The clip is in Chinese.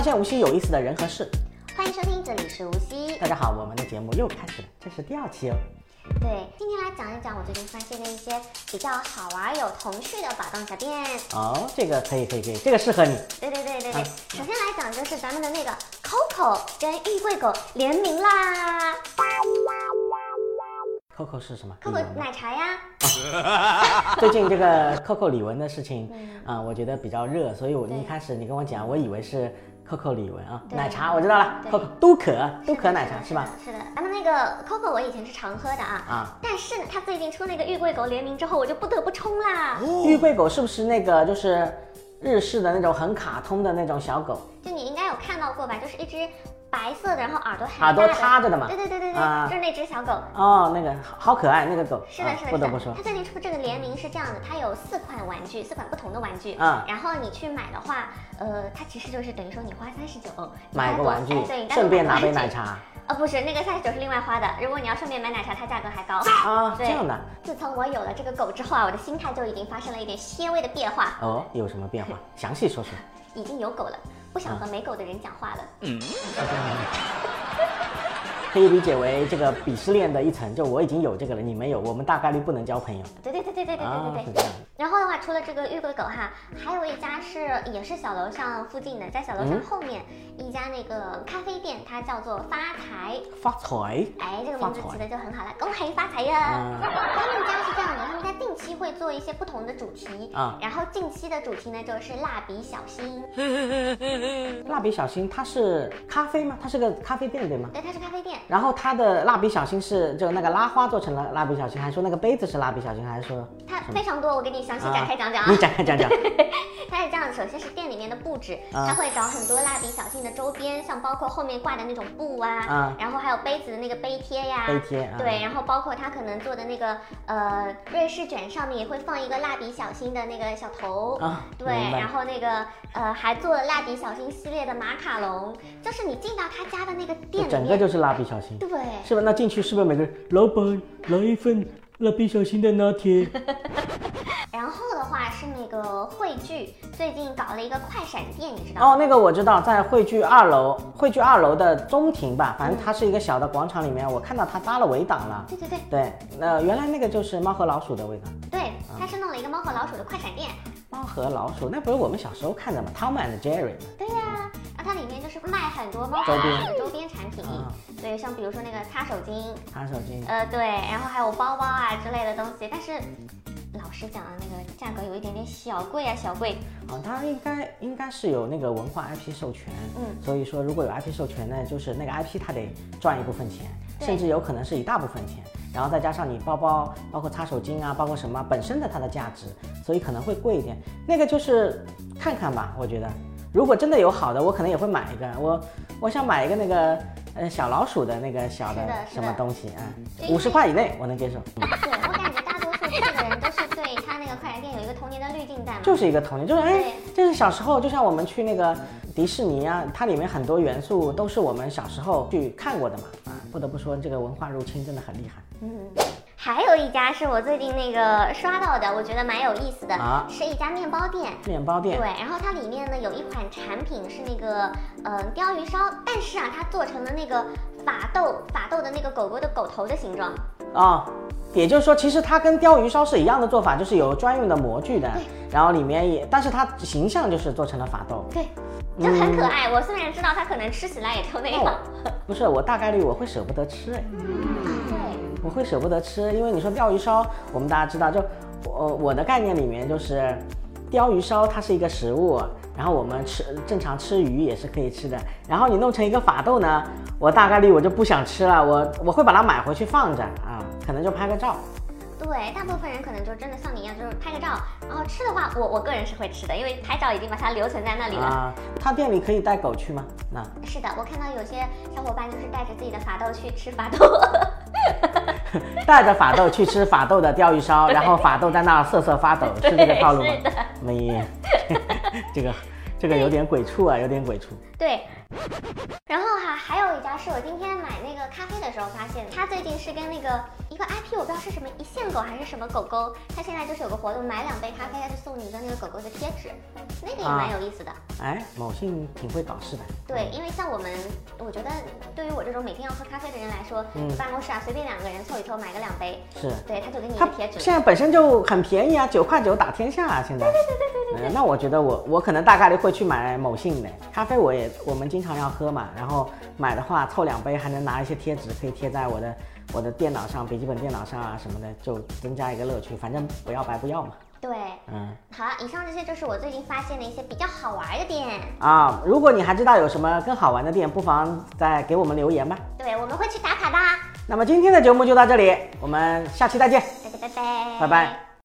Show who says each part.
Speaker 1: 发现无锡有意思的人和事。
Speaker 2: 欢迎收听，这里是无锡。
Speaker 1: 大家好，我们的节目又开始了，这是第二期哦。
Speaker 2: 对，今天来讲一讲我最近发现的一些比较好玩、有童趣的宝藏小店。
Speaker 1: 哦，这个可以，可以，可以，这个适合你。
Speaker 2: 对对对对对，
Speaker 1: 啊
Speaker 2: 首先来讲就是咱们的那个 Coco 跟玉桂狗联名啦
Speaker 1: ，Coco 是什么？李
Speaker 2: ，Coco
Speaker 1: 玟吗
Speaker 2: 奶茶呀。
Speaker 1: 最近这个 Coco 李玟的事情
Speaker 2: 嗯
Speaker 1: 啊、我觉得比较热，所以我
Speaker 2: 对
Speaker 1: 一开始你跟我讲，我以为是 Coco 李玟啊，
Speaker 2: 对
Speaker 1: 奶茶我知道了
Speaker 2: 对
Speaker 1: ，Coco 都可都可
Speaker 2: 的
Speaker 1: 奶茶是吧？？
Speaker 2: 的的是的，咱们那个 Coco 我以前是常喝的啊，
Speaker 1: 啊，
Speaker 2: 但是呢，它最近出那个玉桂狗联名之后，我就不得不冲啦。
Speaker 1: 玉桂狗是不是那个就是日式的那种很卡通的那种小狗？
Speaker 2: 就你应该有看到过吧？就是一只白色的，然后耳朵很
Speaker 1: 耳朵
Speaker 2: 大的
Speaker 1: 塌着的嘛
Speaker 2: 对对对对对，
Speaker 1: 啊
Speaker 2: 就是那只小狗。
Speaker 1: 哦，那个好好可爱，那个狗
Speaker 2: 是的，
Speaker 1: 啊
Speaker 2: 是的，
Speaker 1: 不得
Speaker 2: 是的
Speaker 1: 不说
Speaker 2: 它，最近出这个联名是这样的，它有四款玩具，四款不同的玩具。
Speaker 1: 啊
Speaker 2: 然后你去买的话，呃，它其实就是等于说你花三十九，
Speaker 1: 买个玩具
Speaker 2: 哎对，你单独
Speaker 1: 顺便拿杯奶
Speaker 2: 买个玩具。
Speaker 1: 茶
Speaker 2: 呃，不是，那个三十九是另外花的。如果你要顺便买奶茶，它价格还高。
Speaker 1: 啊，这
Speaker 2: 对
Speaker 1: 样的
Speaker 2: 自从我有了这个狗之后啊，我的心态就已经发生了一点些微的变化，
Speaker 1: 哦，有什么变 化？详细说说。
Speaker 2: 已经有狗了，不想
Speaker 1: 啊
Speaker 2: 和没狗的人讲话了。
Speaker 1: 嗯可以理解为这个鄙视链的一层，就我已经有这个了，你没有，我们大概率不能交朋友
Speaker 2: 对对对对对对对
Speaker 1: 啊，
Speaker 2: 对
Speaker 1: 是
Speaker 2: 对
Speaker 1: 这。样。
Speaker 2: 然后的话，除了这个玉桂狗哈，还有一家是也是小楼上附近的，在小楼上
Speaker 1: 嗯
Speaker 2: 后面、一家那个咖啡店，它叫做发财。
Speaker 1: 发财
Speaker 2: 哎，这个名字
Speaker 1: 发财
Speaker 2: 起的就很好了，恭喜发财呀！
Speaker 1: 嗯
Speaker 2: 他们家是这样的，他们家定期会做一些不同的主题，
Speaker 1: 啊！嗯
Speaker 2: 然后近期的主题呢就是蜡笔小新，
Speaker 1: 蜡笔小新它是咖啡吗？它是个咖啡店对吗？
Speaker 2: 对，它是咖啡店，
Speaker 1: 然后它的蜡笔小新是就那个拉花做成了蜡笔小新，还说那个杯子是蜡笔小新，还是说
Speaker 2: 它
Speaker 1: 什么啊
Speaker 2: 非常多，我给你详细展开讲讲啊
Speaker 1: 你展开讲讲。
Speaker 2: 它是这样的，首先是店里面的布置，
Speaker 1: 啊
Speaker 2: 它会找很多蜡笔小新的周边，像包括后面挂的那种布啊，
Speaker 1: 啊
Speaker 2: 然后还有杯子的那个杯贴呀，
Speaker 1: 杯贴啊
Speaker 2: 对，然后包括它可能做的那个呃瑞士卷上面也会放一个蜡笔小新的那个小头。
Speaker 1: 啊，
Speaker 2: 对，
Speaker 1: 明白
Speaker 2: 然后那个呃，还做了蜡笔小新系列的马卡龙，就是你进到他家的那个店里
Speaker 1: 整个
Speaker 2: 面，
Speaker 1: 就是蜡笔小新，
Speaker 2: 对，
Speaker 1: 是吧？那进去是不是每个人老板来一份蜡笔小新的拿铁？
Speaker 2: 然后的话是那个汇聚最近搞了一个快闪店，你知道吗？
Speaker 1: 哦，那个我知道，在汇聚二楼，汇聚二楼的中庭吧，反正它是一个小的广场里面，我看到它搭了围挡了。
Speaker 2: 对对对，
Speaker 1: 对，那、原来那个就是猫和老鼠的味道。
Speaker 2: 对，
Speaker 1: 嗯
Speaker 2: 他是弄了一个猫和老鼠的快闪店，
Speaker 1: 猫和老鼠，那不是我们小时候看的吗？Tom and Jerry 嘛。
Speaker 2: 对呀、然后它里面就是卖很多猫
Speaker 1: 周
Speaker 2: 和
Speaker 1: 边
Speaker 2: 老鼠周边产品，
Speaker 1: 啊
Speaker 2: 对，像比如说那个擦手巾，
Speaker 1: 擦手巾。
Speaker 2: 呃，对，然后还有包包啊之类的东西，但是。老实讲啊，那个价格有一点点小贵啊，小贵。
Speaker 1: 哦，它应该应该是有那个文化 IP 授权，
Speaker 2: 嗯
Speaker 1: 所以说如果有 IP 授权呢，就是那个 IP 它得赚一部分钱，
Speaker 2: 对
Speaker 1: 甚至有可能是一大部分钱，然后再加上你包包，包括擦手巾啊，包括什么本身的它的价值，所以可能会贵一点。那个就是看看吧，我觉得如果真的有好的，我可能也会买一个。我我想买一个那个呃小老鼠的那个小的
Speaker 2: 是的是
Speaker 1: 什么
Speaker 2: 的嗯
Speaker 1: 东西啊，
Speaker 2: 就因
Speaker 1: 五
Speaker 2: 为
Speaker 1: 十块以内我能接受。
Speaker 2: 对我感觉大多数去的人都是对他那个快闪店有一个童年的滤镜在嘛。
Speaker 1: 就是一个童年，就是哎
Speaker 2: 对，
Speaker 1: 这是小时候，就像我们去那个迪士尼啊，它里面很多元素都是我们小时候去看过的嘛。啊，不得不说，这个文化入侵真的很厉害。
Speaker 2: 嗯，还有一家是我最近那个刷到的，我觉得蛮有意思的，
Speaker 1: 啊
Speaker 2: 是一家面包店。
Speaker 1: 面包
Speaker 2: 对，
Speaker 1: 店
Speaker 2: 然后它里面呢有一款产品是那个呃鲷鱼烧，但是啊它做成了那个法斗法斗的那个狗狗的狗头的形状。
Speaker 1: 啊、也就是说，其实它跟鲷鱼烧是一样的做法，就是有专用的模具的
Speaker 2: 对，
Speaker 1: 然后里面也，但是它形象就是做成了法斗。
Speaker 2: 对，就很可爱。我虽然知道它可能吃起来也就那样。
Speaker 1: 那我不是我大概率我会舍不得吃哎。
Speaker 2: 对，
Speaker 1: 我会舍不得吃，因为你说鲷鱼烧，我们大家知道，就我我的概念里面就是，鲷鱼烧它是一个食物，然后我们吃正常吃鱼也是可以吃的，然后你弄成一个法斗呢，我大概率我就不想吃了，我我会把它买回去放着啊，可能就拍个照。
Speaker 2: 对，大部分人可能就真的像你一样，就是拍个照，然后吃的话，我我个人是会吃的，因为拍照已经把它留存在那里了。
Speaker 1: 啊，他店里可以带狗去吗？那、
Speaker 2: 是的，我看到有些小伙伴就是带着自己的法斗去吃法斗，
Speaker 1: 带着法斗去吃法斗的鲷鱼烧，然后法斗在那儿瑟瑟发抖，是这个套路吗
Speaker 2: 对是的？
Speaker 1: 没，这个这个有点鬼畜啊，有点鬼畜。
Speaker 2: 对。然后哈、还有一家是我今天买那个咖啡的时候发现的，它最近是跟那个一个 IP 我不知道是什么一线狗还是什么狗狗，它现在就是有个活动，买两杯咖啡它就送你一个那个狗狗的贴纸，那个也蛮有意思的。
Speaker 1: 哎，某信挺会搞事的。
Speaker 2: 对，因为像我们，我觉得对于我这种每天要喝咖啡的人来说，
Speaker 1: 嗯
Speaker 2: 办公室啊随便两个人凑一凑买个两杯，
Speaker 1: 是。
Speaker 2: 对，他就给你一
Speaker 1: 它
Speaker 2: 个贴纸。
Speaker 1: 现在本身就很便宜啊，九块九打天下啊！现在，对对对对对、那我觉得我我可能大概率会去买某信的咖啡，我也我们经常要喝嘛，然后买的话凑两杯还能拿一些贴纸，可以贴在我的我的电脑上、笔记本电脑上啊什么的，就增加一个乐趣。反正不要白不要嘛。
Speaker 2: 对，
Speaker 1: 嗯
Speaker 2: 好了，以上这些就是我最近发现的一些比较好玩的店。
Speaker 1: 啊，如果你还知道有什么更好玩的店，不妨再给我们留言吧。
Speaker 2: 对，我们会去打卡的啊，
Speaker 1: 那么今天的节目就到这里，我们下期再见。
Speaker 2: 大家拜拜，
Speaker 1: 拜拜。